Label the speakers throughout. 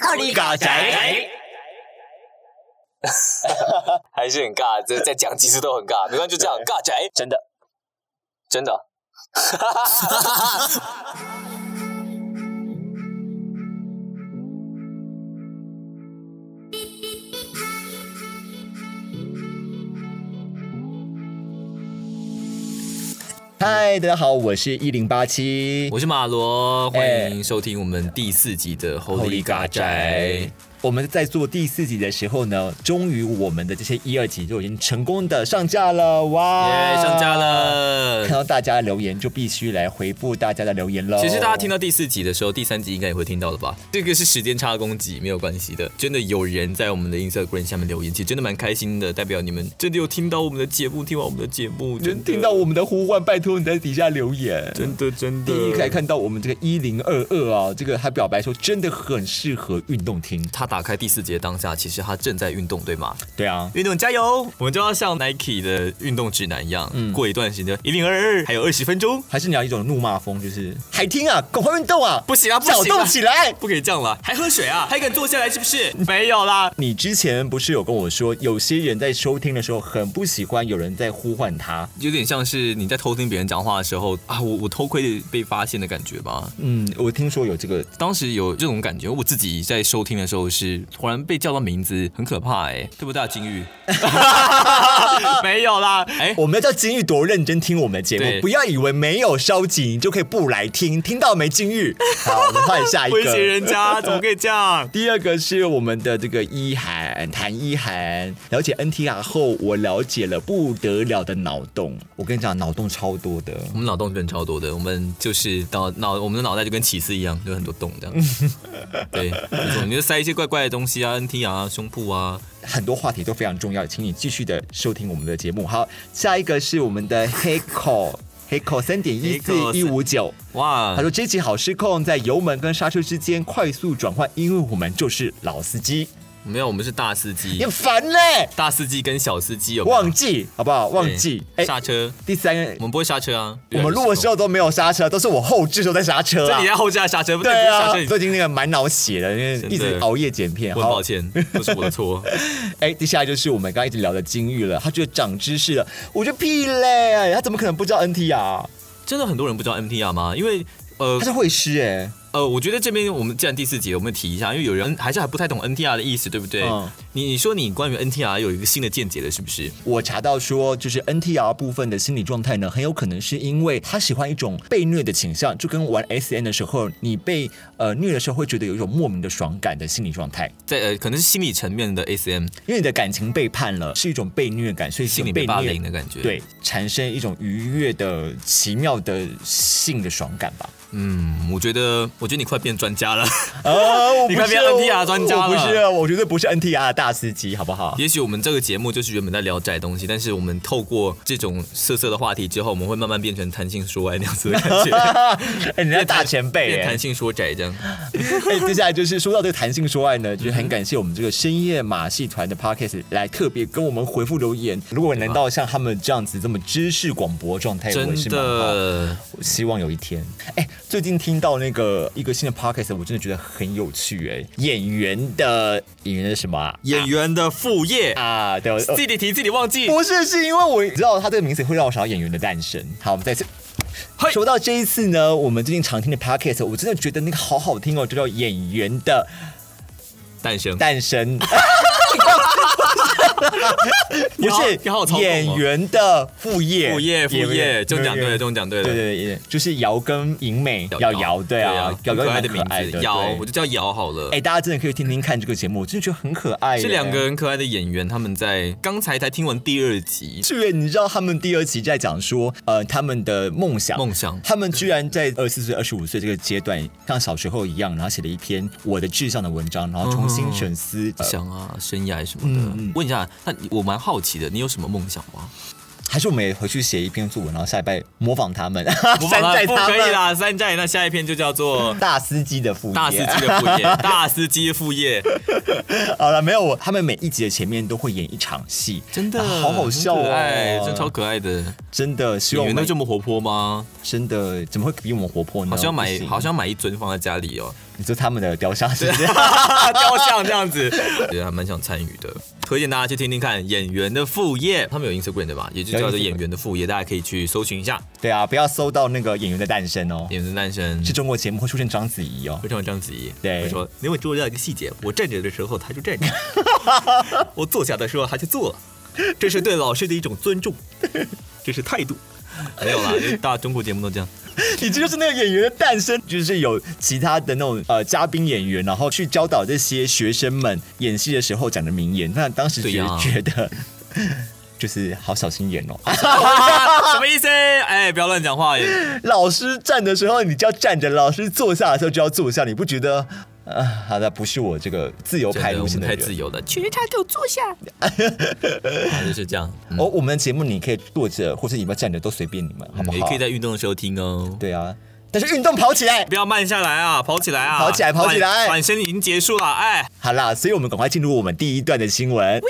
Speaker 1: カリガ仔。
Speaker 2: 还是很尬，这再讲几次都很尬，没关系，就这样尬起来，哎真的，真的。
Speaker 1: 嗨，大家好，我是一零八七。
Speaker 3: 我是马罗，欢迎收听我们第四集的《Holy 嘎宅》。
Speaker 1: 我们在做第四集的时候呢，终于我们的这些一二集就已经成功的上架了，哇！
Speaker 3: 耶，哎上架
Speaker 1: 看
Speaker 3: 了。
Speaker 1: 到大家留言就必须来回复大家的留言喽。
Speaker 3: 其实大家听到第四集的时候，第三集应该也会听到的吧？这个是时间差攻击，没有关系的。真的有人在我们的 Instagram 下面留言，其实真的蛮开心的，代表你们真的有听到我们的节目，听完我们的节目，真
Speaker 1: 能
Speaker 3: 的
Speaker 1: 听到我们的呼唤，拜托你在底下留言。
Speaker 3: 真的真的。
Speaker 1: 第一来看到我们这个一零二二啊，这个他表白说真的很适合运动听。
Speaker 3: 他打开第四节当下，其实他正在运动，对吗？
Speaker 1: 对啊，
Speaker 3: 运动加油！我们就要像 Nike 的运动指南一样，
Speaker 1: 嗯
Speaker 3: 过一段时间一零二二还有二十分钟，
Speaker 1: 还是你要一种怒骂风，就是海听啊，赶快运动啊，
Speaker 3: 不行啊，不
Speaker 1: 搅
Speaker 3: 行、啊
Speaker 1: 动，起来。
Speaker 3: 不可以这样啦！还喝水啊？还敢坐下来是不是？没有啦，
Speaker 1: 你之前不是有跟我说，有些人在收听的时候很不喜欢有人在呼唤他。
Speaker 3: 有点像是你在偷听别人讲话的时候啊，我我偷窥被发现的感觉吧。
Speaker 1: 嗯，我听说有这个，
Speaker 3: 当时有这种感觉，我自己在收听的时候是突然被叫到名字，很可怕哎、对不对啊，金 玉？没有啦，哎、
Speaker 1: 我们要叫金玉多认真听我们的节目，
Speaker 3: 对
Speaker 1: 不要以为没有收集你就可以不来听，听到没金玉。好，我们换下一
Speaker 3: 威胁
Speaker 1: 个。
Speaker 3: 人家怎么可以这样？
Speaker 1: 第二个是我们的这个一涵谭一涵，了解 NTR 后，我了解了不得了的脑洞。我跟你讲，脑洞超多的。
Speaker 3: 我们脑洞真的超多的，我们就是脑脑我们的脑袋就跟起司一样，有很多洞 这样。对，没错，你就塞一些怪怪的东西啊，NT 啊，胸部啊，
Speaker 1: 很多话题都非常重要，请你继续的收听我们的节目。好，下一个是我们的 Heiko。Heiko 三点一四一五九，
Speaker 3: 哇
Speaker 1: 他，说这集好失控，在油门跟刹车之间快速转换，因为我们就是老司机，
Speaker 3: 没有，我们是大司机
Speaker 1: 你很，烦嘞，
Speaker 3: 大司机跟小司机有没有
Speaker 1: 忘记好不好？忘记，哎
Speaker 3: 对、刹车，
Speaker 1: 第三个
Speaker 3: 我，们不会刹车啊。
Speaker 1: 我们录的时候都没有刹车，都是我后置时候在刹车
Speaker 3: 这
Speaker 1: 啊
Speaker 3: 你，在后架刹车，不
Speaker 1: 对
Speaker 3: 刹
Speaker 1: 啊
Speaker 3: 车，你，
Speaker 1: 最近那个满脑血了，因为
Speaker 3: 真的
Speaker 1: 一直熬夜剪片，
Speaker 3: 我很抱歉，都是我的错。
Speaker 1: 哎，接下来就是我们刚刚一直聊的金玉了，他觉得长知识了，我觉得屁嘞，他怎么可能不知道 NTR？
Speaker 3: 真的很多人不知道 MTR 吗？因为呃
Speaker 1: 他是会师哎、
Speaker 3: 呃，我觉得这边我们既然第四集，我们提一下，因为有人还是还不太懂 NTR 的意思，对不对？
Speaker 1: 嗯
Speaker 3: 你你说你关于 NTR 有一个新的见解了，是不是？
Speaker 1: 我查到说，就是 NTR 部分的心理状态呢，很有可能是因为他喜欢一种被虐的倾向，就跟玩 SN 的时候，你被呃虐的时候会觉得有一种莫名的爽感的心理状态，
Speaker 3: 在呃，可能是心理层面的 SM
Speaker 1: 因为你的感情背叛了，是一种被虐感，所以是一
Speaker 3: 心
Speaker 1: 种
Speaker 3: 理
Speaker 1: 被
Speaker 3: 被霸
Speaker 1: 虐
Speaker 3: 凌的感觉。，
Speaker 1: 对，产生一种愉悦的、奇妙的性的爽感吧。
Speaker 3: 嗯，我觉得我觉得你快变专家了。
Speaker 1: 啊，我
Speaker 3: 你
Speaker 1: 不
Speaker 3: 快变
Speaker 1: 是
Speaker 3: NTR 专家
Speaker 1: 我不
Speaker 3: 了
Speaker 1: 是啊，我绝对不是 NTR 大司机，好不好？
Speaker 3: 也许我们这个节目就是原本在聊宅东西，但是我们透过这种色色的话题之后，我们会慢慢变成谈性说爱那样子的感 觉，
Speaker 1: 哎，人家大前辈
Speaker 3: 变
Speaker 1: 耶
Speaker 3: 谈性说宅这样。
Speaker 1: 哎，接下来就是说到这个谈性说爱呢，就是很感谢我们这个深夜马戏团的 podcast 来特别跟我们回复留言。如果能到像他们这样子这么知识广博状态，哎我
Speaker 3: 真
Speaker 1: 也是蛮好。
Speaker 3: 的，
Speaker 1: 我希望有一天，哎，最近听到那个一个新的 podcast，我真的觉得很有趣哎。演员的演员的什么啊？
Speaker 3: 演员的副业，
Speaker 1: 啊，对，我
Speaker 3: 自己提自己忘记。
Speaker 1: 不是，是因为我知道他这个名字会让我想到演员的诞生。好，我们再次
Speaker 3: 嘿。
Speaker 1: 说到这一次呢，我们最近常听的 podcast，我真的觉得那个好好听哦，就叫《演员的
Speaker 3: 诞生，
Speaker 1: 诞生》，不
Speaker 3: 你好
Speaker 1: 是
Speaker 3: 你好操控哦
Speaker 1: 演员的副业，
Speaker 3: 副业，副
Speaker 1: 演员
Speaker 3: 业，中奖对了，。中奖对
Speaker 1: 对
Speaker 3: 了。
Speaker 1: 对对，就是瑶跟莹美，瑶瑶，对啊，瑶
Speaker 3: 很
Speaker 1: 瑶
Speaker 3: 可
Speaker 1: 也
Speaker 3: 爱
Speaker 1: 蛮
Speaker 3: 的
Speaker 1: 可
Speaker 3: 名
Speaker 1: 爱
Speaker 3: 字，
Speaker 1: 的，
Speaker 3: 瑶，
Speaker 1: 对
Speaker 3: 我就叫瑶好了。
Speaker 1: 哎，大家真的可以听听看这个节目，我真的觉得很可爱耶。
Speaker 3: 这两个很可爱的演员，他们在刚才才听完第二集，
Speaker 1: 志远，你知道他们第二期在讲说，呃，他们的梦想，
Speaker 3: 梦想
Speaker 1: 他们居然在二十四岁、二十五岁这个阶段，像小时候一样，然后写了一篇我的志向的文章，然后重新审思。呃
Speaker 3: 想啊，生涯什么
Speaker 1: 嗯
Speaker 3: 的。问一下，那你我蛮好奇的，你有什么梦想吗？
Speaker 1: 还是我们也回去写一篇作文，然后下一拜模仿他们，
Speaker 3: 模仿
Speaker 1: 山寨
Speaker 3: 不
Speaker 1: 他
Speaker 3: 可以
Speaker 1: 们。
Speaker 3: 啦，山寨。那下一篇就叫做
Speaker 1: 大司机的副业，
Speaker 3: 大司机的副业，大司机的副业，
Speaker 1: 好了，没有我，他们每一集的前面都会演一场戏，
Speaker 3: 真的
Speaker 1: 啊好好笑
Speaker 3: 很可爱
Speaker 1: 哦，
Speaker 3: 真超可爱的。
Speaker 1: 真的，希
Speaker 3: 演
Speaker 1: 望我
Speaker 3: 员都
Speaker 1: 们
Speaker 3: 这么活泼吗？
Speaker 1: 真的怎么会比我们活泼呢？
Speaker 3: 好像买
Speaker 1: 不，行
Speaker 3: 好像买一尊放在家里哦。
Speaker 1: 你做他们的雕像是不 是？
Speaker 3: 雕像这样 子，觉得还蛮想参与的。推荐大家去听听看《演员的副业》，他们有 Instagram 对吧？也就叫做《
Speaker 1: 有 Instagram
Speaker 3: 演员的副业》，大家可以去搜寻一下
Speaker 1: 对啊，不要搜到那个演员的诞生哦，
Speaker 3: 《演员的诞生
Speaker 1: 是》。中国节目会出现章子怡哦。
Speaker 3: 会唱章子怡，
Speaker 1: 对
Speaker 3: 会说你有没有注意到一个细节？我站着的时候，他就站 着；我坐下的时候，他就坐了。这是对老师的一种尊重，这是态度。没 有啦，就大中国节目都这样。
Speaker 1: 你这就是那个演员的诞生，就是有其他的那种呃嘉宾演员，然后去教导这些学生们演戏的时候讲的名言。那当时
Speaker 3: 对
Speaker 1: 觉、
Speaker 3: 呀
Speaker 1: 觉得。 就是好小心眼哦，
Speaker 3: 什么意思？哎，不要乱讲话。也
Speaker 1: 老师站的时候你就要站着，老师坐下的时候就要坐下，你不觉得？啊、好的，不是我这个自由
Speaker 3: 真
Speaker 1: 派
Speaker 3: 的
Speaker 1: 路
Speaker 3: 我
Speaker 1: 线
Speaker 3: 们
Speaker 1: 的
Speaker 3: 太
Speaker 1: 人。
Speaker 3: 自由了，觉察给我坐 下。啊就是这样，嗯
Speaker 1: 哦，我们的节目你可以坐着或是你们站着都随便你们，好不
Speaker 3: 嗯也
Speaker 1: 好？
Speaker 3: 可以在运动的时候听哦。
Speaker 1: 对啊，但是运动跑起来。
Speaker 3: 不要慢下来啊，跑起来啊，
Speaker 1: 跑起来跑起来
Speaker 3: 晚晚身已经结束了，哎，
Speaker 1: 好啦，所以我们赶快进入我们第一段的新闻。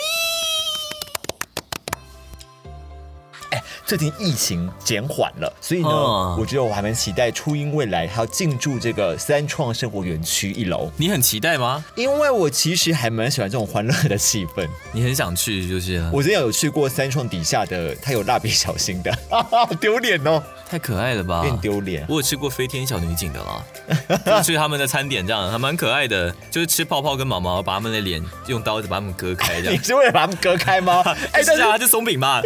Speaker 1: 哎，最近疫情减缓了，所以呢，
Speaker 3: 嗯
Speaker 1: 我觉得我还蛮期待初音未来还要进驻这个三创生活园区一楼，
Speaker 3: 你很期待吗？
Speaker 1: 因为我其实还蛮喜欢这种欢乐的气氛。
Speaker 3: 你很想去，就是了
Speaker 1: 我之前有去过三创底下的，它有蜡笔小新的， 好丢脸哦，
Speaker 3: 太可爱了吧
Speaker 1: 有？点丢脸。
Speaker 3: 我有吃过飞天小女警的啦， 就吃他们的餐点这样，还蛮可爱的，就是吃泡泡跟毛毛，把他们的脸用刀子把他们割开这
Speaker 1: 你
Speaker 3: 样。
Speaker 1: 是为了把它们隔开吗？哎，但
Speaker 3: 是
Speaker 1: 是
Speaker 3: 啊，就松饼嘛，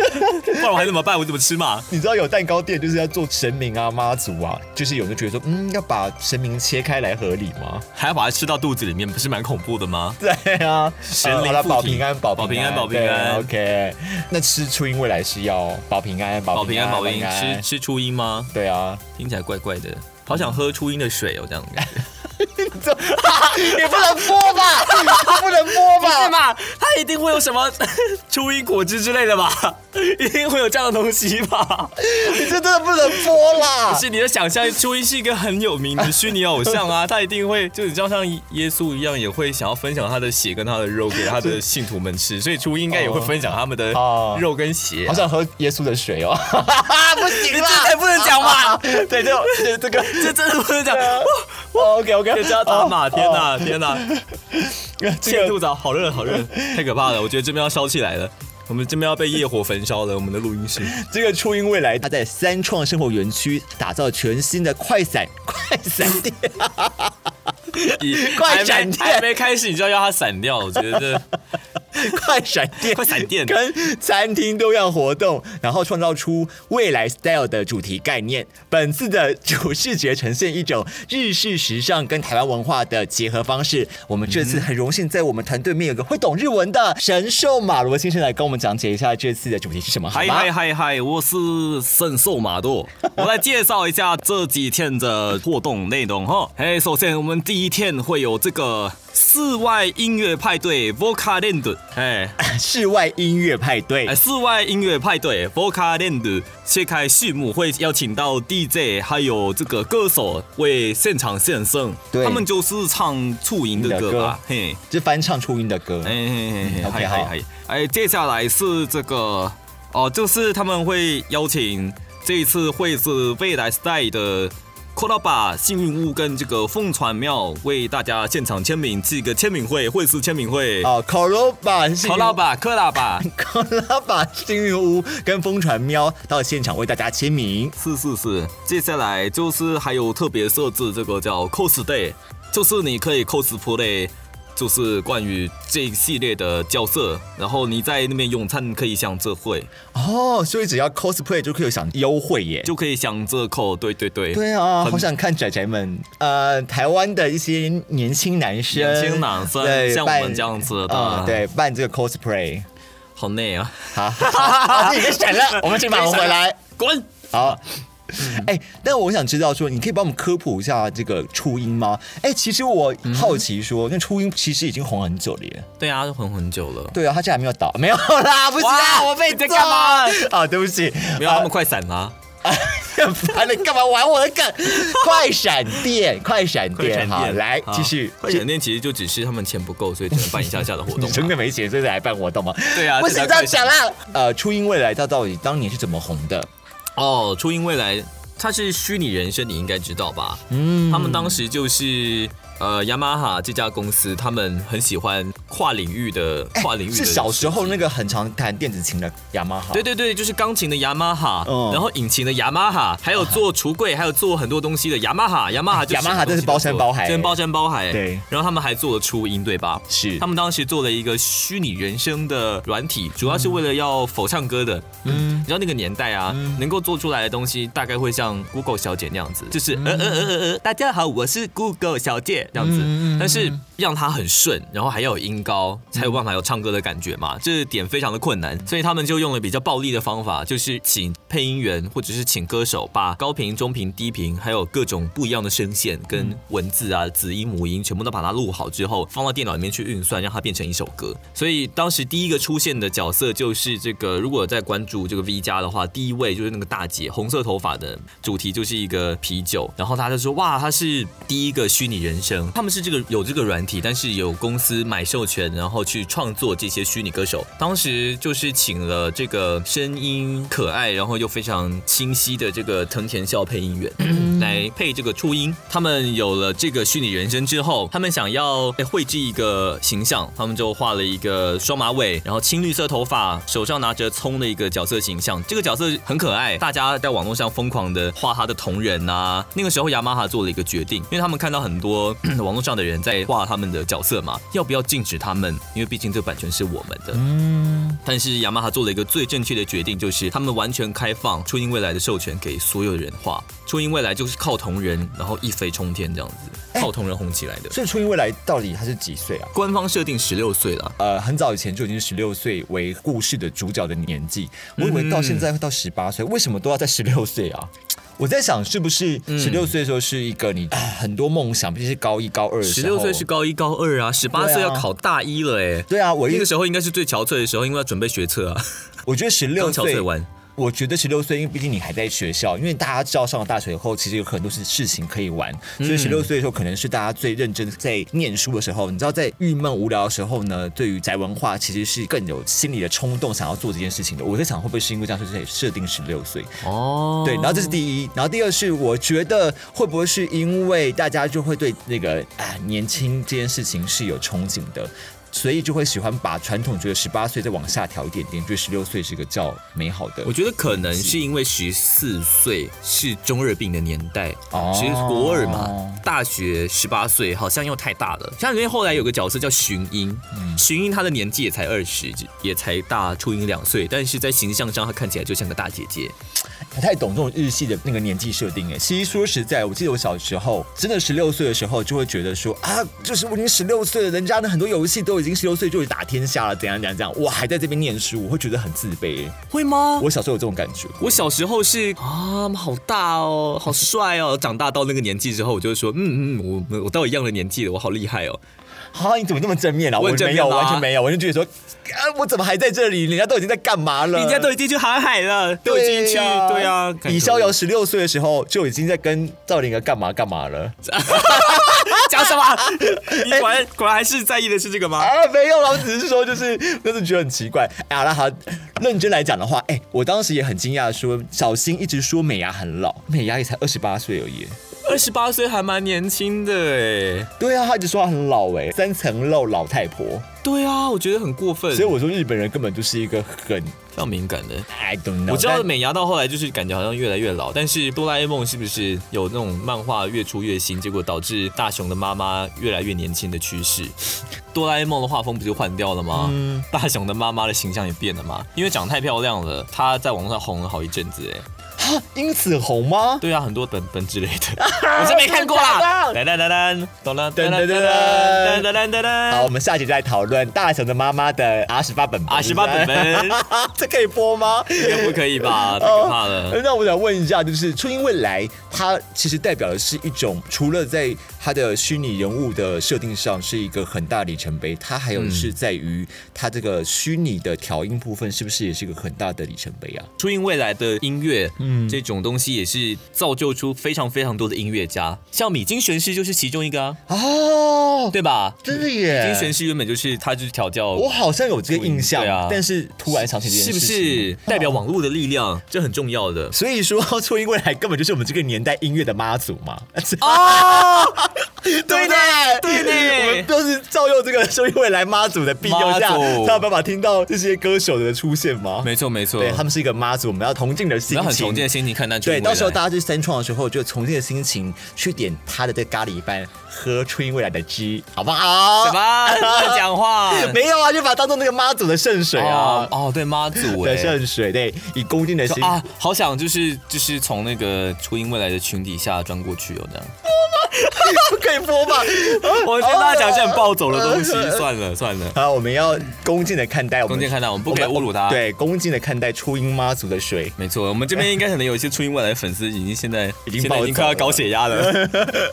Speaker 3: 不然我还怎么办？我怎么吃嘛？
Speaker 1: 你知道有蛋糕店就是要做神明啊、妈祖啊，就是有人觉得说，嗯，要把神明切开来合理吗？
Speaker 3: 还要把它吃到肚子里面，不是蛮恐怖的吗？
Speaker 1: 对啊，
Speaker 3: 神灵
Speaker 1: 好了
Speaker 3: 附体
Speaker 1: 保平安，保
Speaker 3: 保平安保平
Speaker 1: 对
Speaker 3: 安
Speaker 1: OK，那吃初音未来是要保平安，保
Speaker 3: 保平
Speaker 1: 平
Speaker 3: 安，
Speaker 1: 安，
Speaker 3: 保平安，吃吃初音吗？
Speaker 1: 对啊，
Speaker 3: 听起来怪怪的，好想喝初音的水哦，这样感觉。
Speaker 1: 这也不能播吧？不能播
Speaker 3: 对
Speaker 1: 吧？
Speaker 3: 嘛？它一定会有什么 初音果汁之类的吧？ 一定会有这样的东西吧？
Speaker 1: 你这真的不能播啦！
Speaker 3: 是你的想象，初音是一个很有名的虚拟偶像 啊，他一定会就你知道像耶稣一样，也会想要分享他的血跟他的肉给他的信徒们吃，所以初音应该也会分享他们的
Speaker 1: 哦
Speaker 3: 肉跟血
Speaker 1: 好。想喝耶稣的水哦，不行啦，
Speaker 3: 还不能讲嘛，
Speaker 1: 对，就就这个
Speaker 3: 这真的不 能讲。
Speaker 1: ，OK OK，
Speaker 3: 这叫打码！天哪，天
Speaker 1: 哦
Speaker 3: 哪！
Speaker 1: 这
Speaker 3: 切
Speaker 1: 个
Speaker 3: 肚子啊，好热，好热，太可怕了！我觉得这边要烧起来了，我们这边要被业火焚烧了，我们的录音 室。
Speaker 1: 这个初音未来，它在三创生活园区打造全新的快闪快闪店，快
Speaker 3: 还没
Speaker 1: 闪电
Speaker 3: 还没开始，你就要让它散掉，我觉得这
Speaker 1: 快闪店
Speaker 3: 快闪店
Speaker 1: 跟餐厅多样活动，然后创造出未来 style 的主题概念。本次的主视觉呈现一种日式时尚跟台湾文化的结合方式。我们这次很荣幸在我们团队里面有个会懂日文的神兽马罗先生来跟我们讲解一下这次的主题是什么，好
Speaker 3: 嗨
Speaker 1: 吗
Speaker 3: 嗨？嗨嗨，我是神兽马 豆，我来介绍一下这几天的活动内容哈。哎，首先我们第一天会有这个室外音乐派对 Vocal Land，哎
Speaker 1: 室外音乐派对
Speaker 3: 哎，。室外音乐派对 Vocal Land 揭开序幕，会邀请到 DJ 还有这个歌手为现场献声，
Speaker 1: 对
Speaker 3: 他们就是唱促音的歌吧，嘿。
Speaker 1: 就翻唱初音的歌，
Speaker 3: 哎哎哎
Speaker 1: OK，
Speaker 3: 哎
Speaker 1: 好
Speaker 3: 哎哎，哎，接下来是这个哦，就是他们会邀请这一次会是未来时代的 k o r a b a 幸运屋跟这个凤传庙为大家现场签名，是一个签名会，会师签名会。
Speaker 1: 哦 c o r o b a 是
Speaker 3: k o r a b a k o r a b a
Speaker 1: 考拉把幸运屋跟风传喵到现场为大家签名。
Speaker 3: 是是是，接下来就是还有特别设置这个叫 cos day，就是你可以 cosplay，就是关于这一系列的角色，然后你在那边用餐可以享这会。
Speaker 1: 哦，所以只要 cosplay 就可以享优惠耶。
Speaker 3: 就可以享折扣。对对对，
Speaker 1: 对啊，
Speaker 3: 很
Speaker 1: 好想看仔仔们，呃，台湾的一些年轻男生，
Speaker 3: 年轻男生
Speaker 1: 对
Speaker 3: 像我们
Speaker 1: 扮
Speaker 3: 这样子的啊
Speaker 1: 嗯对，扮这个 cosplay。
Speaker 3: 好累啊！
Speaker 1: 好，好好好你别闪了，我们请马红回来。
Speaker 3: 滚！
Speaker 1: 好。哎、但我想知道说，你可以帮我们科普一下这个初音吗？哎、其实我好奇说，那初音其实已经红很久了耶。
Speaker 3: 对啊，都混很久了。
Speaker 1: 对啊，他竟然没有倒，没有啦，不是啦，
Speaker 3: 哇我被你在干嘛
Speaker 1: 走？啊，对不起，
Speaker 3: 没有，他们快闪
Speaker 1: 啊
Speaker 3: 啦！
Speaker 1: 很烦你干嘛玩我的梗？快闪电，快闪
Speaker 3: 快闪
Speaker 1: 电，好，
Speaker 3: 电
Speaker 1: 来继续。
Speaker 3: 快闪电其实就只是他们钱不够，所以只能办一下下的活动
Speaker 1: 你
Speaker 3: 啊。
Speaker 1: 真的没钱，所以才来办活动吗？
Speaker 3: 对啊
Speaker 1: 不行，
Speaker 3: 这才
Speaker 1: 这样
Speaker 3: 快闪
Speaker 1: 讲啦。呃，初音未来它到底当年是怎么红的？
Speaker 3: 哦，初音未来它是虚拟人生，你应该知道吧？
Speaker 1: 嗯
Speaker 3: 他们当时就是呃，雅马哈这家公司，他们很喜欢跨领域的跨领域的
Speaker 1: 哎是
Speaker 3: 设计、
Speaker 1: 小时候那个很常弹电子琴的雅马哈，
Speaker 3: 对对对，就是钢琴的雅马哈，
Speaker 1: 嗯
Speaker 3: 然后引擎的雅马哈，还有做橱 柜，还有做很多东西的雅马哈，雅马哈
Speaker 1: 雅马哈真是包山包海
Speaker 3: 真包山包海。
Speaker 1: 对，
Speaker 3: 然后他们还做了初音，对吧？
Speaker 1: 是
Speaker 3: 他们当时做了一个虚拟人生的软体，主要是为了要否唱歌的。
Speaker 1: 嗯
Speaker 3: 你知道那个年代啊，能够做出来的东西大概会像 Google 小姐那样子，就是呃呃呃呃呃，大家好，我是 Google 小姐这样子，
Speaker 1: 嗯嗯嗯嗯
Speaker 3: 但是让它很顺，然后还要有音高，才有办法有唱歌的感觉
Speaker 1: 嗯
Speaker 3: 嘛，这点非常的困难，所以他们就用了比较暴力的方法，就是请配音员或者是请歌手把高频、中频、低频，还有各种不一样的声线跟文字啊、子音、母音，全部都把它录好之后，放到电脑里面去运算，让它变成一首歌。所以当时第一个出现的角色就是这个，如果在关注这个 V 加的话，第一位就是那个大姐，红色头发的，主题就是一个啤酒，然后他就说哇，他是第一个虚拟人生，他们是这个有这个软体，但是有公司买授权，然后去创作这些虚拟歌手。当时就是请了这个声音可爱，然后又非常清晰的这个藤田孝配音员来配这个初音。他们有了这个虚拟人生之后，他们想要哎绘制一个形象，他们就画了一个双马尾，然后青绿色头发，手上拿着葱的一个角色形象。这个角色很可爱，大家在网络上疯狂的画他的同人啊。那个时候雅马哈做了一个决定，因为他们看到很多网络上的人在画他们的角色嘛，要不要禁止他们？因为毕竟这个版权是我们的。
Speaker 1: 嗯，
Speaker 3: 但是雅马哈做了一个最正确的决定，就是他们完全开放初音未来的授权给所有人画。初音未来就是靠同人，然后一飞冲天这样子，
Speaker 1: 哎
Speaker 3: 靠同人红起来的。
Speaker 1: 所以初音未来到底他是几岁啊？
Speaker 3: 官方设定十六岁了，
Speaker 1: 呃，很早以前就已经十六岁为故事的主角的年纪，我
Speaker 3: 嗯
Speaker 1: 以为到现在会到十八岁，为什么都要在十六岁啊？我在想，是不是
Speaker 3: 嗯
Speaker 1: 十六岁的时候是一个你、哎很多梦想，毕竟是高一高二的
Speaker 3: 十
Speaker 1: 时候。
Speaker 3: 六岁是高一高二啊，十八
Speaker 1: 对啊
Speaker 3: 岁要考大一了哎、
Speaker 1: 对啊，我
Speaker 3: 那
Speaker 1: 一
Speaker 3: 个时候应该是最憔悴的时候，因为要准备学测 啊，
Speaker 1: 我觉得十六
Speaker 3: 刚憔
Speaker 1: 岁
Speaker 3: 悴完。
Speaker 1: 我觉得十六岁，因为毕竟你还在学校，因为大家知道上了大学后，其实有很多是事情可以玩，所以十六岁的时候可能是大家最认真在念书的时候。你知道，在郁闷无聊的时候呢，对于宅文化其实是更有心理的冲动，想要做这件事情的。我在想，会不会是因为这样，所以才设定十六岁？
Speaker 3: 哦
Speaker 1: 对，然后这是第一，然后第二是我觉得会不会是因为大家就会对那个啊年轻这件事情是有憧憬的，所以就会喜欢把传统觉得十八岁再往下调一点点，觉得十六岁是一个较美好的
Speaker 3: 我。觉得可能是因为十四岁是中二病的年代，
Speaker 1: 哦
Speaker 3: 其实国二嘛，大学十八岁好像又太大了。像因为后来有个角色叫荀英，
Speaker 1: 嗯
Speaker 3: 荀英她的年纪也才二十，也才大初音两岁，但是在形象上她看起来就像个大姐姐。
Speaker 1: 不太懂这种日系的那个年纪设定哎。其实说实在，我记得我小时候真的十六岁的时候，就会觉得说啊，就是我已经十六岁了，人家的很多游戏都已经十六岁就打天下了，怎样怎样怎样，我还在这边念书，我会觉得很自卑欸。
Speaker 3: 会吗？我
Speaker 1: 我小时候有这种感觉，
Speaker 3: 我小时候是啊，好大哦，好帅哦。长大到那个年纪之后，我就会说，嗯嗯，我我到一样的年纪了，我好厉害哦。
Speaker 1: 哈、你怎么这么正面啊？
Speaker 3: 我
Speaker 1: 我
Speaker 3: 很正
Speaker 1: 没
Speaker 3: 面
Speaker 1: 有，
Speaker 3: 啦
Speaker 1: 完全没有，我就觉得说，啊，我怎么还在这里？人家都已经在干嘛了？
Speaker 3: 人家都已经去航海了，都已经
Speaker 1: 对
Speaker 3: 去，
Speaker 1: 呀
Speaker 3: 对啊。
Speaker 1: 李逍遥十六岁的时候就已经在跟赵灵儿干嘛干嘛了
Speaker 3: 啊讲什么？ 你果然果然还是在意的是这个吗？
Speaker 1: 啊？没有啦，我只是说就是，但是觉得很奇怪。哎呀，那好，认真来讲的话，哎、我当时也很惊讶，说小新一直说美伢很老，美伢也才二十八岁而已。
Speaker 3: 二十八岁还蛮年轻的哎。
Speaker 1: 对啊，他一直说她很老哎、三层肉老太婆。
Speaker 3: 对啊，我觉得很过分，
Speaker 1: 所以我说日本人根本就是一个很
Speaker 3: 非常敏感的。
Speaker 1: I don't know，
Speaker 3: 我知
Speaker 1: 但
Speaker 3: 道美伢到后来就是感觉好像越来越老，但是哆啦 A 梦是不是有那种漫画越出越新，结果导致大雄的妈妈越来越年轻的趋势？ 哆啦 A 梦的画风不就换掉了吗？大雄的妈妈的形象也变了嘛，因为长太漂亮了，她在网络上红了好一阵子哎。
Speaker 1: 啊因此红吗？
Speaker 3: 对啊，很多本本之类 的，我是没看过啦。哒哒哒哒，噔噔噔噔噔噔噔噔
Speaker 1: 好，我
Speaker 3: 噔，
Speaker 1: 们下集再讨论大雄的妈妈的 R 十八本本。
Speaker 3: 阿十八本本，
Speaker 1: 这可以播吗？
Speaker 3: 这个不可以吧？
Speaker 1: 哦
Speaker 3: 太可怕了。
Speaker 1: 那我想问一下，就是初音未来，它其实代表的是一种，除了在它的虚拟人物的设定上是一个很大里程碑，它还有是在于它这个虚拟的调音部分，是不是也是一个很大的里程碑啊？
Speaker 3: 初音未来的音乐，
Speaker 1: 嗯
Speaker 3: 这种东西也是造就出非常非常多的音乐家，像米津玄师就是其中一个啊，
Speaker 1: 哦，
Speaker 3: 对吧？
Speaker 1: 真的
Speaker 3: 米津
Speaker 1: 耶，
Speaker 3: 玄师原本就是他就是调教，
Speaker 1: 我好像有这个印象，
Speaker 3: 对啊
Speaker 1: 但是突然想起这件
Speaker 3: 是
Speaker 1: 事
Speaker 3: 不
Speaker 1: 情，
Speaker 3: 是代表网络的力量？这很重要的。
Speaker 1: 所以说，初音未来根本就是我们这个年代音乐的妈祖嘛。
Speaker 3: 啊，
Speaker 1: 哦对的，
Speaker 3: 对呢
Speaker 1: 我们都是照用这个初音未来妈祖的庇佑下，
Speaker 3: 妈祖
Speaker 1: 才有办法听到这些歌手的出现嘛。
Speaker 3: 没错没错，
Speaker 1: 对他们是一个妈祖，我们要崇敬的心
Speaker 3: 然后很
Speaker 1: 情，
Speaker 3: 重建心情看待出
Speaker 1: 对，
Speaker 3: 未
Speaker 1: 到时候
Speaker 3: 来
Speaker 1: 大家去三创的时候，就崇敬的心情去点他的这咖喱饭，喝初音未来的汁，好不
Speaker 3: 什
Speaker 1: 好？
Speaker 3: 么乱讲话？
Speaker 1: 没有啊，就把它当做那个妈祖的圣水啊
Speaker 3: 哦，哦，对妈祖
Speaker 1: 的
Speaker 3: 哎，
Speaker 1: 圣水，对，以恭敬的
Speaker 3: 就
Speaker 1: 心
Speaker 3: 啊，好想就是就是从那个初音未来的裙底下钻过去哦， 这样。
Speaker 1: 不可以播吧？
Speaker 3: 我跟大家讲一些很暴走的东西，算了算了。
Speaker 1: 好，我们要恭敬的看待我们，
Speaker 3: 恭敬看待我们不可以侮辱他
Speaker 1: 对，恭敬的看待初音妈祖的水。
Speaker 3: 没错，我们这边应该可能有一些初音未来的粉丝已经现在
Speaker 1: 已经
Speaker 3: 现在已经快要高血压 了。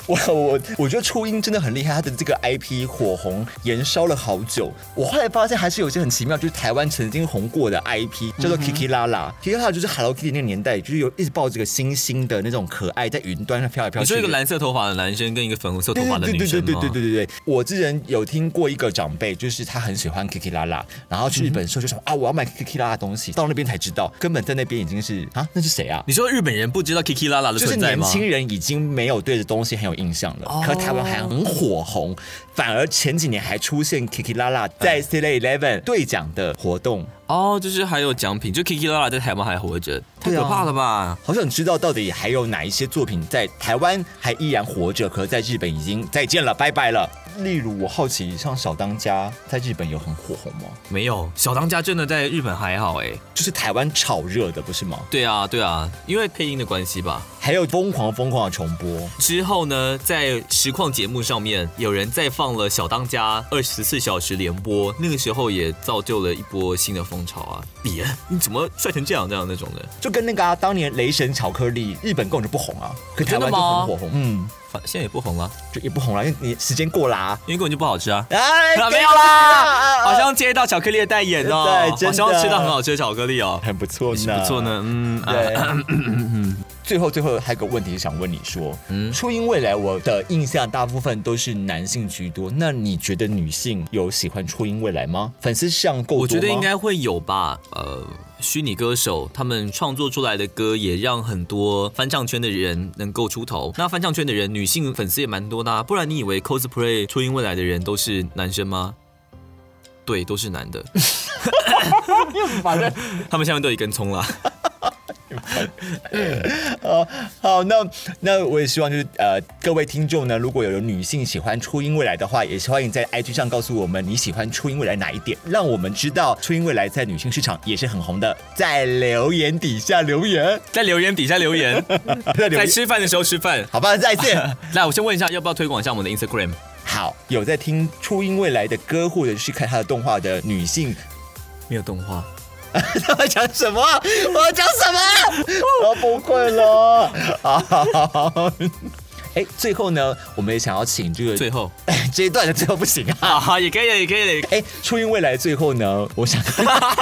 Speaker 1: 我我我觉得初音真的很厉害，他的这个 IP 火红延烧了好久。我后来发现还是有一些很奇妙，就是台湾曾经红过的 IP 叫做 Kiki 拉拉、k i k i 拉拉就是 Hello Kitty 那个年代，就是有一直抱这个星星的那种可爱，在云端上飘来飘
Speaker 3: 你
Speaker 1: 去
Speaker 3: 说
Speaker 1: 的。
Speaker 3: 一个蓝色头发的男生跟一个粉红色头发的
Speaker 1: 对
Speaker 3: 女
Speaker 1: 对对
Speaker 3: 生
Speaker 1: 对
Speaker 3: 吗
Speaker 1: 对对？对对对，我之前有听过一个长辈，就是他很喜欢 Kiki 拉拉，然后去日本的时候就想、啊，我要买 Kiki 拉拉的东西，到那边才知道，根本在那边已经是啊，那是谁啊？
Speaker 3: 你说日本人不知道 Kiki 拉拉的
Speaker 1: 就是
Speaker 3: 存在
Speaker 1: 年
Speaker 3: 吗？
Speaker 1: 轻人已经没有对这东西很有印象了，可台湾还很火红，反而前几年还出现 Kiki 拉拉在 C L Eleven 兑奖的活动，
Speaker 3: 哦，就是还有奖品，就 Kiki 拉拉在台湾还活着，太
Speaker 1: 对啊
Speaker 3: 可怕了吧？
Speaker 1: 好想知道到底还有哪一些作品在台湾还依然活着，可是在日本已经再见了，拜拜了。例如，我好奇像小当家在日本有很火红吗？
Speaker 3: 没有，小当家真的在日本还好哎。
Speaker 1: 就是台湾炒热的，不是吗？
Speaker 3: 对啊，对啊，因为配音的关系吧。
Speaker 1: 还有疯狂疯狂的重播，
Speaker 3: 之后呢，在实况节目上面，有人再放了《小当家》二十四小时连播，那个时候也造就了一波新的风潮啊！别，你怎么帅成这样这样那种的？
Speaker 1: 就跟那个、啊、当年雷神巧克力，日本根本就不红啊，可台湾
Speaker 3: 真
Speaker 1: 就
Speaker 3: 的吗
Speaker 1: 很火红，嗯，
Speaker 3: 反现在也不红了，
Speaker 1: 就也不红了，因为你时间过啦、啊。
Speaker 3: 因为根本就不好吃啊！
Speaker 1: 哎
Speaker 3: 啊， 没有啦，好像接到巧克力的代言哦，
Speaker 1: 呃对
Speaker 3: 好
Speaker 1: 真的
Speaker 3: 像吃到很好吃的巧克力哦，
Speaker 1: 很不错
Speaker 3: 是
Speaker 1: 呢，
Speaker 3: 不错。呢，嗯，啊
Speaker 1: 对， 最后最后还有个问题想问你说，
Speaker 3: 嗯
Speaker 1: 初音未来我的印象大部分都是男性居多，那你觉得女性有喜欢初音未来吗？粉丝量够多吗？
Speaker 3: 我觉得应该会有吧，呃。虚拟歌手他们创作出来的歌，也让很多翻唱圈的人能够出头。那翻唱圈的人，女性粉丝也蛮多的、啊，不然你以为 cosplay 初音未来的人都是男生吗？对，都是 男的，
Speaker 1: 反正
Speaker 3: 他们下面都有一根葱啦。
Speaker 1: 呃，好，那那我也希望就是呃，各位听众呢，如果有女性喜欢初音未来的话，也欢迎在 IG 上告诉我们你喜欢初音未来哪一点，让我们知道初音未来在女性市场也是很红的，在留言底下留言，
Speaker 3: 在留言底下 留言，
Speaker 1: 在留
Speaker 3: 在
Speaker 1: 言，
Speaker 3: 吃饭的时候吃饭。
Speaker 1: 好吧，再见。
Speaker 3: 来，我先问一下，要不要推广一下我们的 Instagram？
Speaker 1: 好，有在听初音未来的歌，或者是看他的动画的女性，
Speaker 3: 没有动画，
Speaker 1: 他们讲什么？我要讲什 么？我要崩溃了！ 好，哎，最后呢，我们也想要请这个
Speaker 3: 最后
Speaker 1: 这一段的最后不行啊。
Speaker 3: 啊，哈，也可以了，也可以了。
Speaker 1: 哎，初音未来最后呢，我 想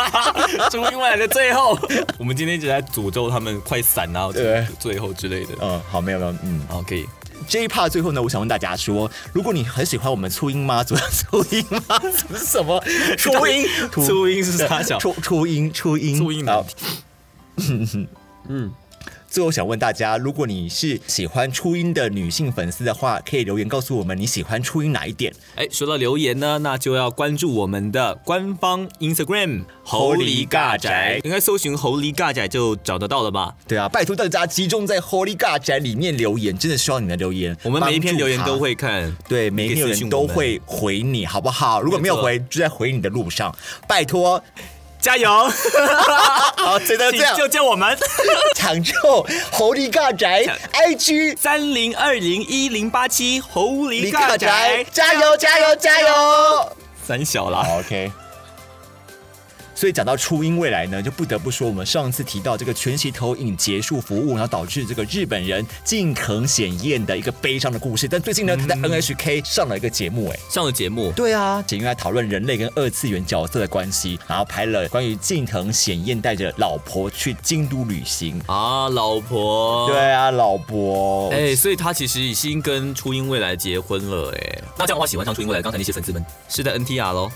Speaker 3: 初音未来的最后， 我们今天一直在诅咒他们快散啊，
Speaker 1: 对。
Speaker 3: 最后之类的
Speaker 1: 嗯，好，没有没有，嗯，
Speaker 3: 好，可以。
Speaker 1: 这一 part 最后呢，我想问大家说，如果你很喜欢我们初音妈祖， 初音妈祖是什么？初音，
Speaker 3: 初音 是啥小？
Speaker 1: 初初音，初音，
Speaker 3: 初音
Speaker 1: 好
Speaker 3: 难 嗯，
Speaker 1: 最后想问大家，如果你是喜欢初音的女性粉丝的话，可以留言告诉我们你喜欢初音哪一点。
Speaker 3: 哎，说到留言呢，那就要关注我们的官方 Instagram“
Speaker 1: 猴狸尬宅
Speaker 3: 应该搜寻“猴狸尬宅”就找得到了吧？
Speaker 1: 对啊，拜托大家集中在 Holy God 宅里面留言，真的需要你的留言。
Speaker 3: 我们每一篇
Speaker 1: 帮助
Speaker 3: 留言
Speaker 1: 他
Speaker 3: 都会看。
Speaker 1: 对，每一篇留言都会回你，好不好？如果没有回，就在回你的路上，拜托。
Speaker 3: 加 油！
Speaker 1: 好，真的这样
Speaker 3: 请，救救我们！
Speaker 1: 抢救 Holy God 宅 IG
Speaker 3: 三零二零一零八七猴狸
Speaker 1: 李
Speaker 3: 尬
Speaker 1: 尬
Speaker 3: 宅
Speaker 1: 宅，，加油加油加油
Speaker 3: 三小啦。
Speaker 1: 好！OK，所以讲到初音未来呢，就不得不说我们上次提到这个全息投影结束服务，然后导致这个日本人近藤显彦的一个悲伤的故事。但最近呢，他在 NHK 上了一个节目，哎，
Speaker 3: 上了节目，
Speaker 1: 对啊，简用来讨论人类跟二次元角色的关系，然后拍了关于近藤显彦带着老婆去京都旅行。
Speaker 3: 啊，老婆，
Speaker 1: 对，啊，老婆，
Speaker 3: 哎、所以他其实已经跟初音未来结婚了，哎，那这样的话，喜欢上初音未来，刚才那些粉丝们是在 NTR 喽，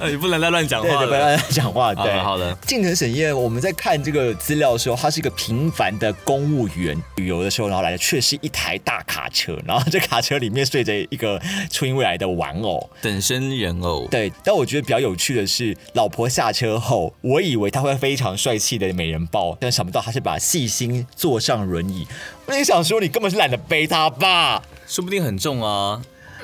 Speaker 3: 哎你不能再乱讲
Speaker 1: 对
Speaker 3: 话
Speaker 1: 对，不
Speaker 3: 了。
Speaker 1: 要讲话。
Speaker 3: 好
Speaker 1: 对，
Speaker 3: 了好了，
Speaker 1: 近藤审彦，我们在看这个资料的时候，他是一个平凡的公务员，旅游的时候，然后来的却是一台大卡车，然后这卡车里面睡着一个初音未来的玩偶。
Speaker 3: 等身人偶，
Speaker 1: 对，但我觉得比较有趣的是，老婆下车后，我以为他会非常帅气的美人抱，但想不到他是把细心坐上轮椅。我也想说，你根本是懒得背他吧？
Speaker 3: 说不定很重啊，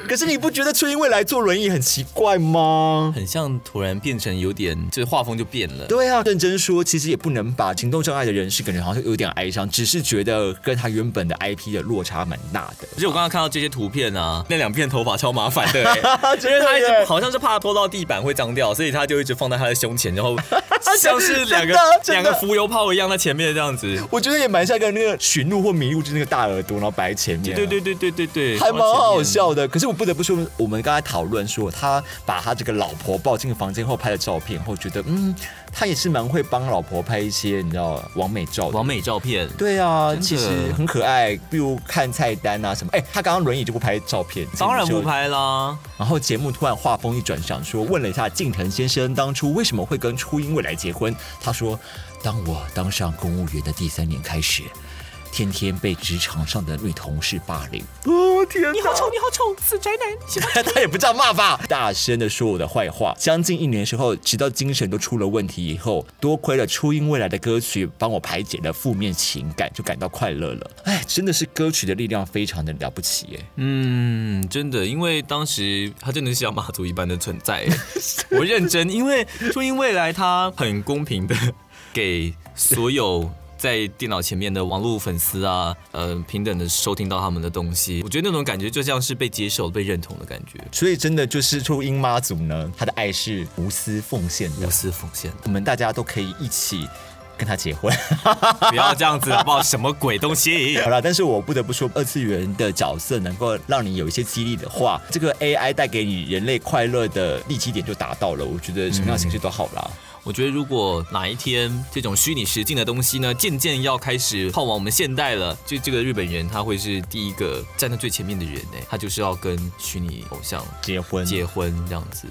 Speaker 1: 可是你不觉得初音未来坐轮椅很奇怪吗？
Speaker 3: 很像突然变成有点，就是画风就变了。
Speaker 1: 对啊，认真说，其实也不能把行动障碍的人士感觉好像有点哀伤，只是觉得跟他原本的 IP 的落差蛮大的。
Speaker 3: 而且我刚刚看到这些图片啊，那两片头发超麻烦的、 欸，因
Speaker 1: 真
Speaker 3: 为
Speaker 1: 的
Speaker 3: 他一
Speaker 1: 耶
Speaker 3: 直好像是怕拖到地板会脏掉，所以他就一直放在他的胸前， 然后像是两个
Speaker 1: 真的真
Speaker 3: 两
Speaker 1: 的
Speaker 3: 个浮游泡一样在前面这样子。
Speaker 1: 我觉得也蛮像跟那个寻路或迷路就是那个大耳朵，然后摆在前面、
Speaker 3: 对对。对对对对，
Speaker 1: 还蛮好
Speaker 3: 往前面。
Speaker 1: 笑的，可是我不得不说，我们刚才讨论说，他把他这个老婆抱进房间后拍的照片后，觉得嗯，他也是蛮会帮老婆拍一些你知道完美照的。
Speaker 3: 完美照片，
Speaker 1: 对啊，
Speaker 3: 的
Speaker 1: 其实很可爱，比如看菜单啊什么。哎、他刚刚轮椅就不拍照片，
Speaker 3: 当然
Speaker 1: 所以
Speaker 3: 不
Speaker 1: 我就
Speaker 3: 拍啦。
Speaker 1: 然后节目突然话锋一转，想说问了一下近藤先生当初为什么会跟初音未来结婚，他说：“当我当上公务员的第三年开始，天天被职场上的女同事霸凌。哦天
Speaker 3: 你好丑，你好丑， 死宅男！
Speaker 1: 哪，他也不这样骂吧，大声的说我的坏话。将近一年之后，直到精神都出了问题以后，多亏了初音未来的歌曲帮我排解了负面情感，就感到快乐了。哎，真的是歌曲的力量非常的了不起耶。
Speaker 3: 嗯，真的，因为当时他真的是像马祖一般的存 在，我认真，因为初音未来他很公平的给所有在电脑前面的网络粉丝 啊，呃，平等的收听到他们的东西，我觉得那种感觉就像是被接受、被认同的感觉，
Speaker 1: 所以真的就是初音妈祖呢，她的爱是无私奉献的
Speaker 3: 无，私奉献，
Speaker 1: 我们大家都可以一起跟她结婚。
Speaker 3: 不要这样子好不好？什么鬼东西？
Speaker 1: 好了，但是我不得不说，二次元的角色能够让你有一些激励的话，这个 AI 带给你人类快乐的立基点就达到了。我觉得什么样的形式都好啦。
Speaker 3: 我觉得如果哪一天这种虚拟实境的东西呢，渐渐要开始靠往我们现代了，就这个日本人他会是第一个站在最前面的人呢，他就是要跟虚拟偶像
Speaker 1: 结婚，
Speaker 3: 结婚这样子。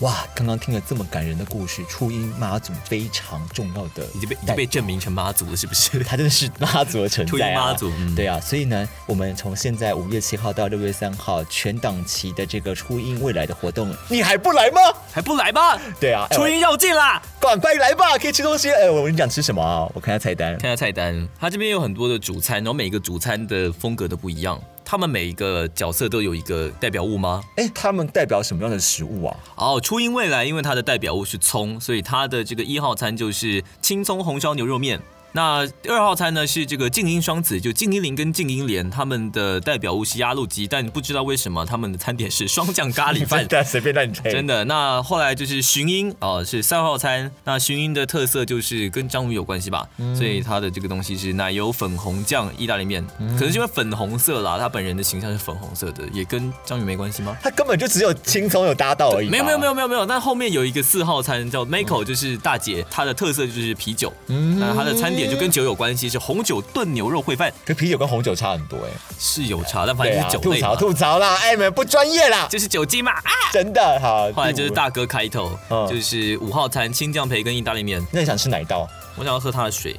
Speaker 1: 哇！刚刚听了这么感人的故事，初音妈祖非常重要的，
Speaker 3: 已经被已经被证明成妈祖了，是不 是？
Speaker 1: 他真的是妈祖的存
Speaker 3: 初音
Speaker 1: 在啊！
Speaker 3: 妈祖，嗯
Speaker 1: 对啊，所以呢，我们从现在五月七号到六月三号全档期的这个初音未来的活动，你还不来吗？
Speaker 3: 还不来吧？
Speaker 1: 对啊，哎
Speaker 3: 初音要进 啦！
Speaker 1: 赶快来吧，可以吃东西。哎，我跟你讲吃什么啊？我看一下 菜单。
Speaker 3: 看一下菜单，它这边有很多的主餐，然后每一个主餐的风格都不一样。他们每一个角色都有一个代表物吗？
Speaker 1: 哎，他们代表什么样的食物 啊？
Speaker 3: 哦，初音未来因为它的代表物是葱，所以它的这个一号餐就是青葱红烧牛肉面。那二号餐呢是这个静音双子，就静音铃跟静音莲，他们的代表物是鸭肉鸡，但不知道为什么他们的餐点是双酱咖喱 饭。
Speaker 1: 的随便让你配
Speaker 3: 真的，那后来就是寻音哦，是三号餐。那寻音的特色就是跟章鱼有关系吧，所以它的这个东西是奶油粉红酱意大利面，可能是因为粉红色啦，他本人的形象是粉红色的，也跟章鱼没关系吗？
Speaker 1: 他根本就只有轻松有搭到而已。嗯
Speaker 3: 没有没有没
Speaker 1: 有，
Speaker 3: 有没有没有，但后面有一个四号餐叫 Mako，就是大姐，她的特色就是啤酒，
Speaker 1: 嗯
Speaker 3: 那她的餐点就跟酒有关系，是红酒炖牛肉烩饭，
Speaker 1: 可啤酒跟红酒差很多哎、
Speaker 3: 是有茶，但反
Speaker 1: 对
Speaker 3: 正
Speaker 1: 啊，
Speaker 3: 就是酒
Speaker 1: 吐
Speaker 3: 类
Speaker 1: 槽
Speaker 3: 嘛，
Speaker 1: 吐槽啦，哎，你们不专业啦，
Speaker 3: 就是酒精嘛。啊
Speaker 1: 真的好。
Speaker 3: 后来就是
Speaker 1: 第五，
Speaker 3: 大哥开头
Speaker 1: 嗯，
Speaker 3: 就是五号餐青酱培根意大利面，
Speaker 1: 那你想吃哪一道？
Speaker 3: 我想要喝他的水。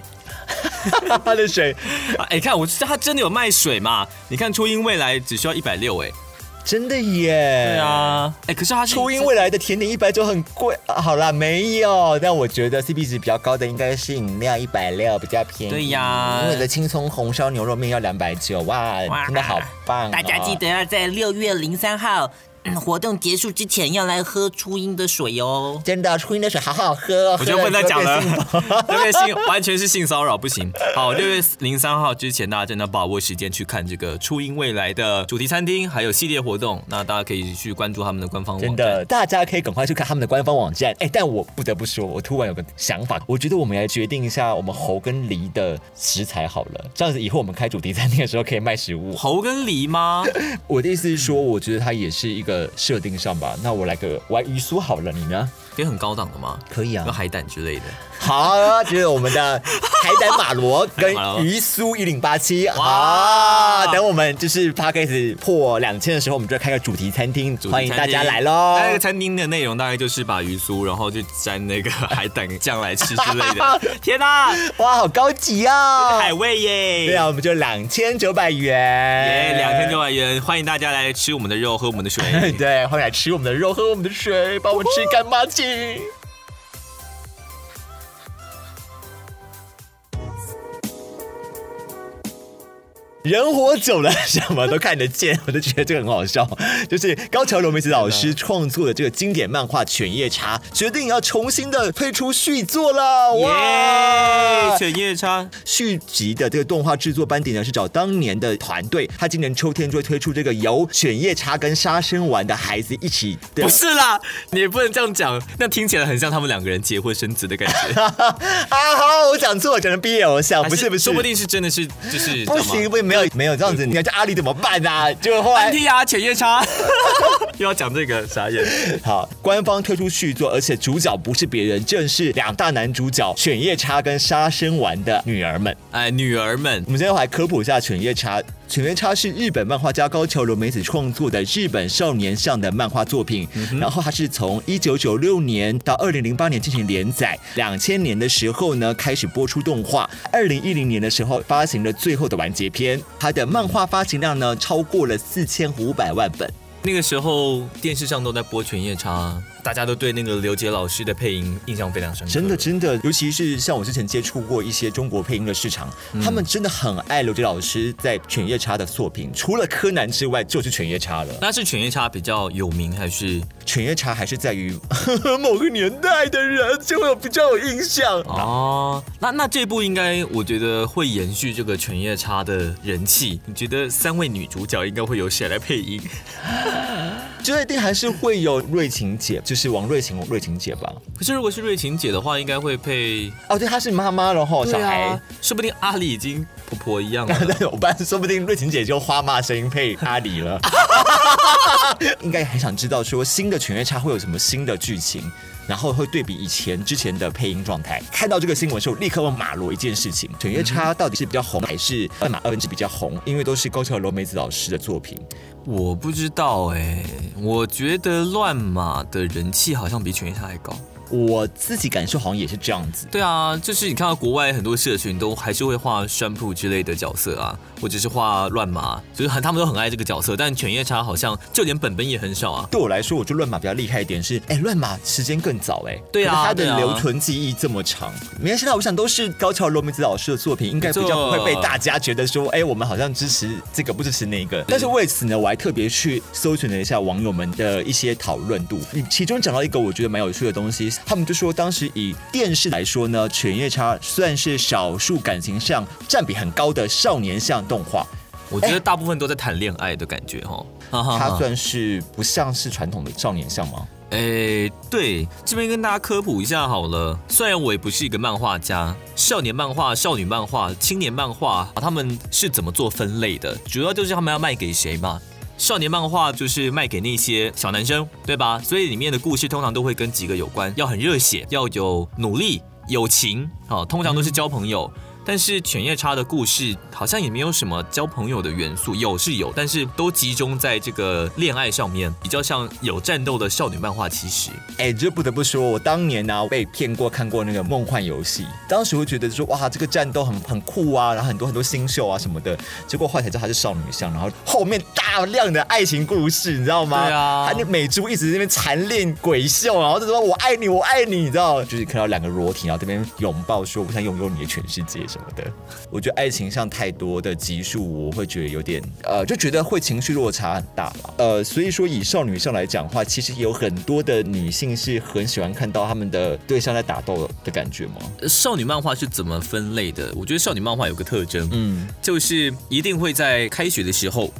Speaker 1: 他的水
Speaker 3: 啊哎，看我他真的有卖水嘛？你看初音未来只需要一百六，哎，
Speaker 1: 真的耶。
Speaker 3: 对。啊，哎，可是他是
Speaker 1: 初音未来的甜点一百九很贵、啊，好啦，没有，但我觉得 CP 值比较高的应该是饮料一百六，比较便宜。
Speaker 3: 对呀
Speaker 1: 因为我的青葱红烧牛肉面要两百九，哇，
Speaker 4: 哇
Speaker 1: 真的好棒、哦！
Speaker 4: 大家记得要在六月零三号 嗯活动结束之前要来喝初音的水哦。
Speaker 1: 真的初音的水好好喝哦，
Speaker 3: 我就不能再讲了
Speaker 1: 喝你会变
Speaker 3: 这
Speaker 1: 性吧，
Speaker 3: 边性完全是性骚扰，不行。好，六月零三号之前，大家真的把握时间去看这个初音未来的主题餐厅，还有系列活动。那大家可以去关注他们的官方
Speaker 1: 真
Speaker 3: 网站。
Speaker 1: 的，大家可以赶快去看他们的官方网站。哎，但我不得不说，我突然有个想法，我觉得我们来决定一下我们猴跟梨的食材好了，这样子以后我们开主题餐厅的时候可以卖食物。
Speaker 3: 猴跟梨吗？
Speaker 1: 我的意思是说，我觉得它也是一个设定上吧。那我来 个玩鱼酥好了，你呢？
Speaker 3: 可以很高档的吗？
Speaker 1: 可以
Speaker 3: 有
Speaker 1: 啊。
Speaker 3: 海胆之类的。
Speaker 1: 好，就是我们的海胆马罗跟
Speaker 3: 马罗
Speaker 1: 鱼酥一零八 七
Speaker 3: 哇
Speaker 1: 啊。等我们就是 p a c k a g e 破两千的时候，我们就开个主题餐厅，哎
Speaker 3: 主题
Speaker 1: 欢迎大
Speaker 3: 餐厅
Speaker 1: 家来喽。
Speaker 3: 那个餐厅的内容大概就是把鱼酥，然后就沾那个海胆酱来吃之类的。 天哪、
Speaker 1: 哇，好高级啊！
Speaker 3: 海味耶！
Speaker 1: 对啊，我们就两千九百元，
Speaker 3: 耶，两千九。百元，欢迎大家来吃我们的肉，喝我们的水。
Speaker 1: 对，欢迎来吃我们的肉，喝我们的水，帮我们吃干妈鸡。人活久了，什么都看得见，我就觉得这个很好笑。就是高桥留美子老师创作的这个经典漫画《犬夜叉》，决定要重新的推出续作了，哇！
Speaker 3: 耶，犬夜叉，
Speaker 1: 续集的这个动画制作班底呢，是找当年的团队，他今年秋天就会推出这个由犬夜叉跟杀生丸的孩子一起的
Speaker 3: 不。是啦，你也不能这样讲，那听起来很像他们两个人结婚生子的感觉。
Speaker 1: 啊，好，我讲错，了，讲成 BL 像，
Speaker 3: 还
Speaker 1: 不是不是，
Speaker 3: 说不定是真的是就是
Speaker 1: 不行，。不行，没有没有这样子，你要叫阿丽怎么办啊？就后
Speaker 3: 安
Speaker 1: 来
Speaker 3: 替啊，犬夜叉 又要讲这个傻眼。
Speaker 1: 好，官方推出续作，而且主角不是别人，正是两大男主角犬夜叉跟杀生丸的女儿们。
Speaker 3: 哎，女儿们
Speaker 1: 我，们今天来科普一下犬夜叉。犬夜叉是日本漫画家高桥留美子创作的日本少年向的漫画作品，然后它是从一九九六年到二零零八年进行连载，两千年的时候呢开始播出动画，二零一零年的时候发行了最后的完结篇，它的漫画发行量呢超过了四千五百万本。
Speaker 3: 那个时候电视上都在播犬夜叉，啊大家都对那个刘杰老师的配音印象非常深刻。
Speaker 1: 真的真的，尤其是像我之前接触过一些中国配音的市场，他们真的很爱刘杰老师在犬夜叉的作品，除了柯南之外就是犬夜叉了。
Speaker 3: 那是犬夜叉比较有名，还是
Speaker 1: 犬夜叉还是在于 某个年代的人就会有比较有印象。
Speaker 3: 哦？那那这部应该我觉得会延续这个犬夜叉的人气。你觉得三位女主角应该会有谁来配音？
Speaker 1: 就一定还是会有瑞琴姐，就是王瑞琴，瑞琴姐吧？
Speaker 3: 可是如果是瑞琴姐的话，应该会配
Speaker 1: 哦，对，她是妈妈了吼，小孩。
Speaker 3: 啊，说不定阿里已经婆婆一样了。
Speaker 1: 但我班说不定瑞琴姐就花妈声音配阿里了， 应该很想知道说新的犬夜叉会有什么新的剧情，然后会对比以前之前的配音状态。看到这个新闻的时候，立刻问马罗一件事情：犬夜叉到底是比较红，还是半马二分之比较红？因为都是高桥留美子老师的作品。
Speaker 3: 我不知道哎、我觉得乱马的人气好像比犬夜叉还高。
Speaker 1: 我自己感受好像也是这样子。
Speaker 3: 对啊，就是你看到国外很多社群都还是会画宣普之类的角色啊，或者是画乱马，就是很他们都很爱这个角色，但犬夜叉好像就连本本也很少啊。
Speaker 1: 对我来说，我觉得乱码比较厉害一点是，哎，乱码时间更早哎，
Speaker 3: 对啊
Speaker 1: 可是它
Speaker 3: 对
Speaker 1: 的
Speaker 3: 啊
Speaker 1: 留存记忆这么长，没关系啦。我想都是高桥留美子老师的作品，应该比较不会被大家觉得说，哎，我们好像支持这个不支持那个。但是为此呢，我还特别去搜寻了一下网友们的一些讨论度，你其中讲到一个我觉得蛮有趣的东西，他们就说当时以电视来说呢，《犬夜叉》算是少数感情上占比很高的少年向动画，
Speaker 3: 我觉得大部分都在谈恋爱的感觉哈。哈哈
Speaker 1: 它
Speaker 3: 哈。
Speaker 1: 算是不像是传统的少年向吗？
Speaker 3: 诶，哎对，这边跟大家科普一下好了。虽然我也不是一个漫画家，少年漫画、少女漫画、青年漫画，啊他们是怎么做分类的？主要就是他们要卖给谁嘛。少年漫画就是卖给那些小男生，对吧？所以里面的故事通常都会跟几个有关，要很热血，要有努力、友情，好、通常都是交朋友。但是犬夜叉的故事好像也没有什么交朋友的元素，有是有，但是都集中在这个恋爱上面，比较像有战斗的少女漫画。其实
Speaker 1: 哎，这不得不说，我当年呢、被骗过，看过那个《梦幻游戏》，当时会觉得说哇，这个战斗很很酷啊，然后很多很多新秀啊什么的，结果后来才知道它是少女向，然后后面大量的爱情故事，你知道吗？
Speaker 3: 对啊
Speaker 1: 还那美珠一直在那边缠恋鬼秀，然后就说我爱你，我爱你，你知道，就是看到两个裸体，然后这边拥抱说我想拥有你的全世界什么的。我觉得爱情上太多的集数，我会觉得有点呃，就觉得会情绪落差很大吧。呃，所以说以少女上来讲的话，其实有很多的女性是很喜欢看到他们的对象在打斗的感觉吗？
Speaker 3: 呃少女漫画是怎么分类的？我觉得少女漫画有个特征，
Speaker 1: 嗯，
Speaker 3: 就是一定会在开学的时候，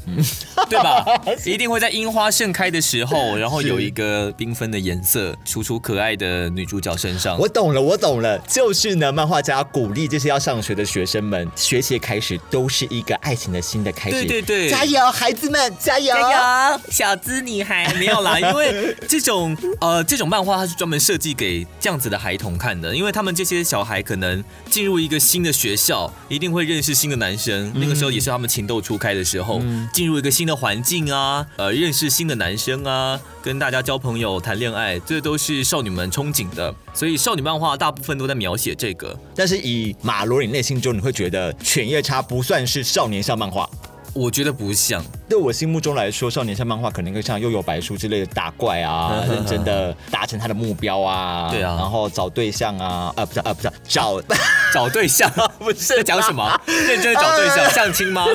Speaker 3: 对吧？一定会在樱花盛开的时候，然后有一个缤纷的颜色楚楚可爱的女主角身上。
Speaker 1: 我懂了，我懂了，就是呢，漫画家鼓励这些要上学的学生们，学期的开始都是一个爱情的新的开始。
Speaker 3: 对对对，
Speaker 1: 加油，孩子们，加油！
Speaker 4: 加油，小资女孩！
Speaker 3: 没有啦，因为这种 呃这种漫画它是专门设计给这样子的孩童看的，因为他们这些小孩可能进入一个新的学校，一定会认识新的男生，那个时候也是他们情窦初开的时候，进入一个新的环境啊，呃认识新的男生啊，跟大家交朋友、谈恋爱，这都是少女们憧憬的，所以少女漫画大部分都在描写这个。
Speaker 1: 但是以马罗你内心中，你会觉得《犬夜叉》不算是少年向漫画。
Speaker 3: 我觉得不像，，
Speaker 1: 对我心目中来说，少年向漫画可能更像《悠悠白书》之类的打怪 啊认真的达成他的目标啊，
Speaker 3: 对啊
Speaker 1: 然后找对象啊，啊不是啊不是找
Speaker 3: 找对象不是在讲什么？认真的找对象，相亲吗？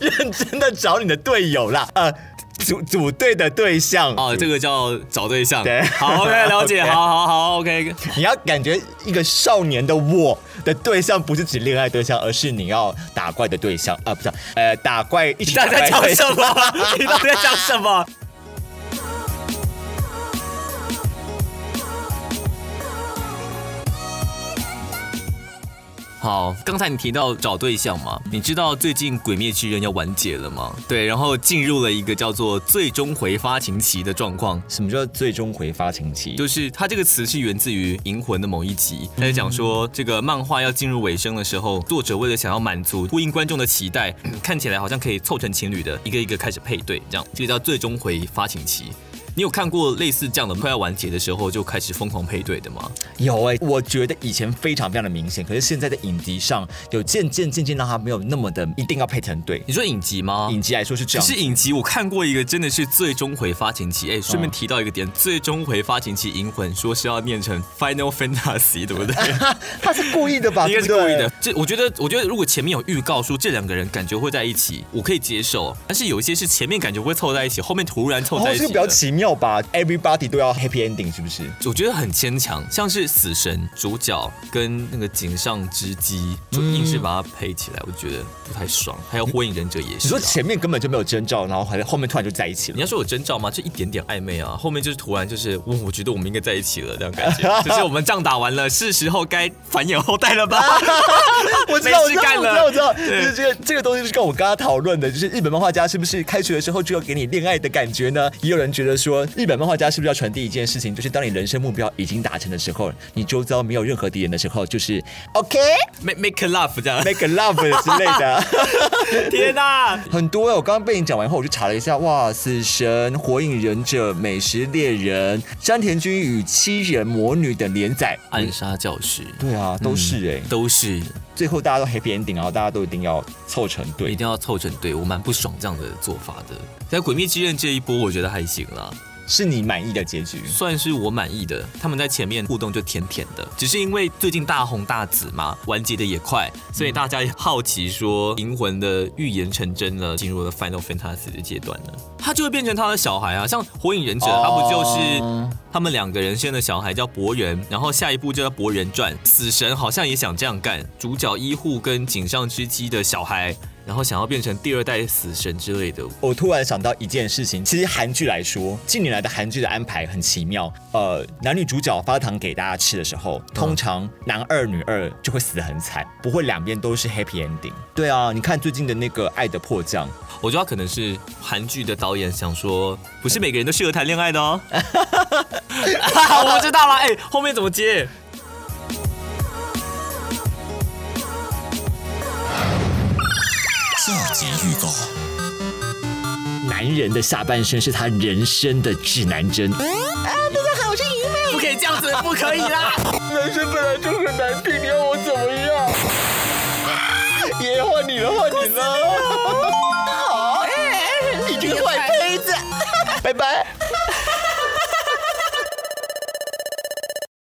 Speaker 1: 认真的找你的队友啦，呃组组队的对象
Speaker 3: 哦，这个叫找对象。
Speaker 1: 对
Speaker 3: 好，OK，了 解，好好好，OK。
Speaker 1: 你要感觉一个少年的我的对象不是指恋爱对象，而是你要打怪的对象啊，不是呃打怪一起
Speaker 3: 你到
Speaker 1: 打
Speaker 3: 底在
Speaker 1: 怪
Speaker 3: 讲
Speaker 1: 对象。
Speaker 3: 什么？ 你到底在讲什么？好，刚才你提到找对象嘛，你知道最近《鬼灭之刃》要完结了吗？对，然后进入了一个叫做最终回发情期的状况。
Speaker 1: 什么叫最终回发情期？
Speaker 3: 就是它这个词是源自于《银魂》的某一集，它在讲说这个漫画要进入尾声的时候，作者为了想要满足呼应观众的期待，看起来好像可以凑成情侣的，一个一个开始配对，这样这个叫最终回发情期。你有看过类似这样的快要完结的时候就开始疯狂配对的吗？
Speaker 1: 有哎、我觉得以前非常非常的明显，可是现在的影集上有渐渐渐渐让他没有那么的一定要配成对。
Speaker 3: 你说影集吗？
Speaker 1: 影集来啊说是这
Speaker 3: 只
Speaker 1: 样
Speaker 3: 是，影集，我看过一个真的是最终回发情期。哎，顺
Speaker 1: 哦
Speaker 3: 便提到一个点，最终回发情期《银魂》说是要念成 Final Fantasy，对不对？
Speaker 1: 他是故意的 吧？
Speaker 3: 应该是
Speaker 1: 啊对
Speaker 3: 故
Speaker 1: 不
Speaker 3: 意
Speaker 1: 对
Speaker 3: 的。。这我觉得，我觉得如果前面有预告说这两个人感觉会在一起，我可以接受。但是有一些是前面感觉会凑在一起，后面突然凑
Speaker 1: 哦
Speaker 3: 在，一
Speaker 1: 这
Speaker 3: 起
Speaker 1: 个
Speaker 3: 的。
Speaker 1: 比较奇妙吧？Everybody 都要 happy ending 是不是？
Speaker 3: 我觉得很牵强，像是死神主角跟那个井上织姬，就硬是把它配起来，我觉得不太爽。还有火影忍者也
Speaker 1: 你
Speaker 3: 是、
Speaker 1: 说
Speaker 3: 啊。
Speaker 1: 前面根本就没有征兆，然后还后面突然就在一起了
Speaker 3: 你。要说有征兆吗？就一点点暧昧啊，后面就是突然就是，嗯我我觉得我们应该在一起了，这样感 觉，就是我们仗打完了，是时候该繁衍后代了吧？
Speaker 1: 我知道，我
Speaker 3: 没
Speaker 1: 知
Speaker 3: 事
Speaker 1: 道，
Speaker 3: 干
Speaker 1: 我知道，
Speaker 3: 了
Speaker 1: 我知道，就
Speaker 3: 对
Speaker 1: 是这个这个东西是跟我刚刚讨论的，就是日本漫画家是不是开学的时候就要给你恋爱的感觉呢？也有人觉得说，日本漫画家是不是要传递一件事情，就是当你人生目标已经达成的时候，你周遭没有任何敌人的时候，就是 OK
Speaker 3: make make love 这样，
Speaker 1: make a love 之类的。
Speaker 3: 天哪、
Speaker 1: 很多欸我刚刚被你讲完后，我就查了一下，哇，死神、火影忍者、美食猎人、山田君与七人魔女等连载，
Speaker 3: 暗杀教室
Speaker 1: 对啊，都是哎、
Speaker 3: 都是
Speaker 1: 最后大家都 happy ending，然后大啊家都一定要凑成
Speaker 3: 一
Speaker 1: 对。
Speaker 3: 定要凑成对，我蛮不爽这样的做法的。但《鬼灭之刃》这一波，我觉得还行啦，
Speaker 1: 是你满意的结局。
Speaker 3: 算是我满意的。他们在前面互动就甜甜的，只是因为最近大红大紫嘛，完结的也快，所以大家也好奇说，《银魂》的预言成真了，进入了 Final Fantasy 的阶段了，他就会变成他的小孩啊，像《火影忍者》，他不就是
Speaker 1: 哦
Speaker 3: 他们两个人生的小孩叫博人，然后下一部就叫《博人传》。死神好像也想这样干，主角医护跟井上织姬的小孩，然后想要变成第二代死神之类的。
Speaker 1: 我突然想到一件事情，其实韩剧来说，近年来的韩剧的安排很奇妙。呃，男女主角发糖给大家吃的时候，通常男二女二就会死得很惨，不会两边都是 happy ending。对啊，你看最近的那个《爱的迫降》，
Speaker 3: 我觉得他可能是韩剧的导演想说，不是每个人都适合谈恋爱的哦。 我知道了，哎、后面怎么接？
Speaker 1: 男人的下半身是他人生的指南针。
Speaker 3: 不可以这样子，不可以啦！
Speaker 1: 人生本来就很难定，你要我怎么样？
Speaker 3: 哎
Speaker 1: 爷换你了，换你了。
Speaker 3: 哎
Speaker 1: 好，哎，你这个坏胚子，拜拜。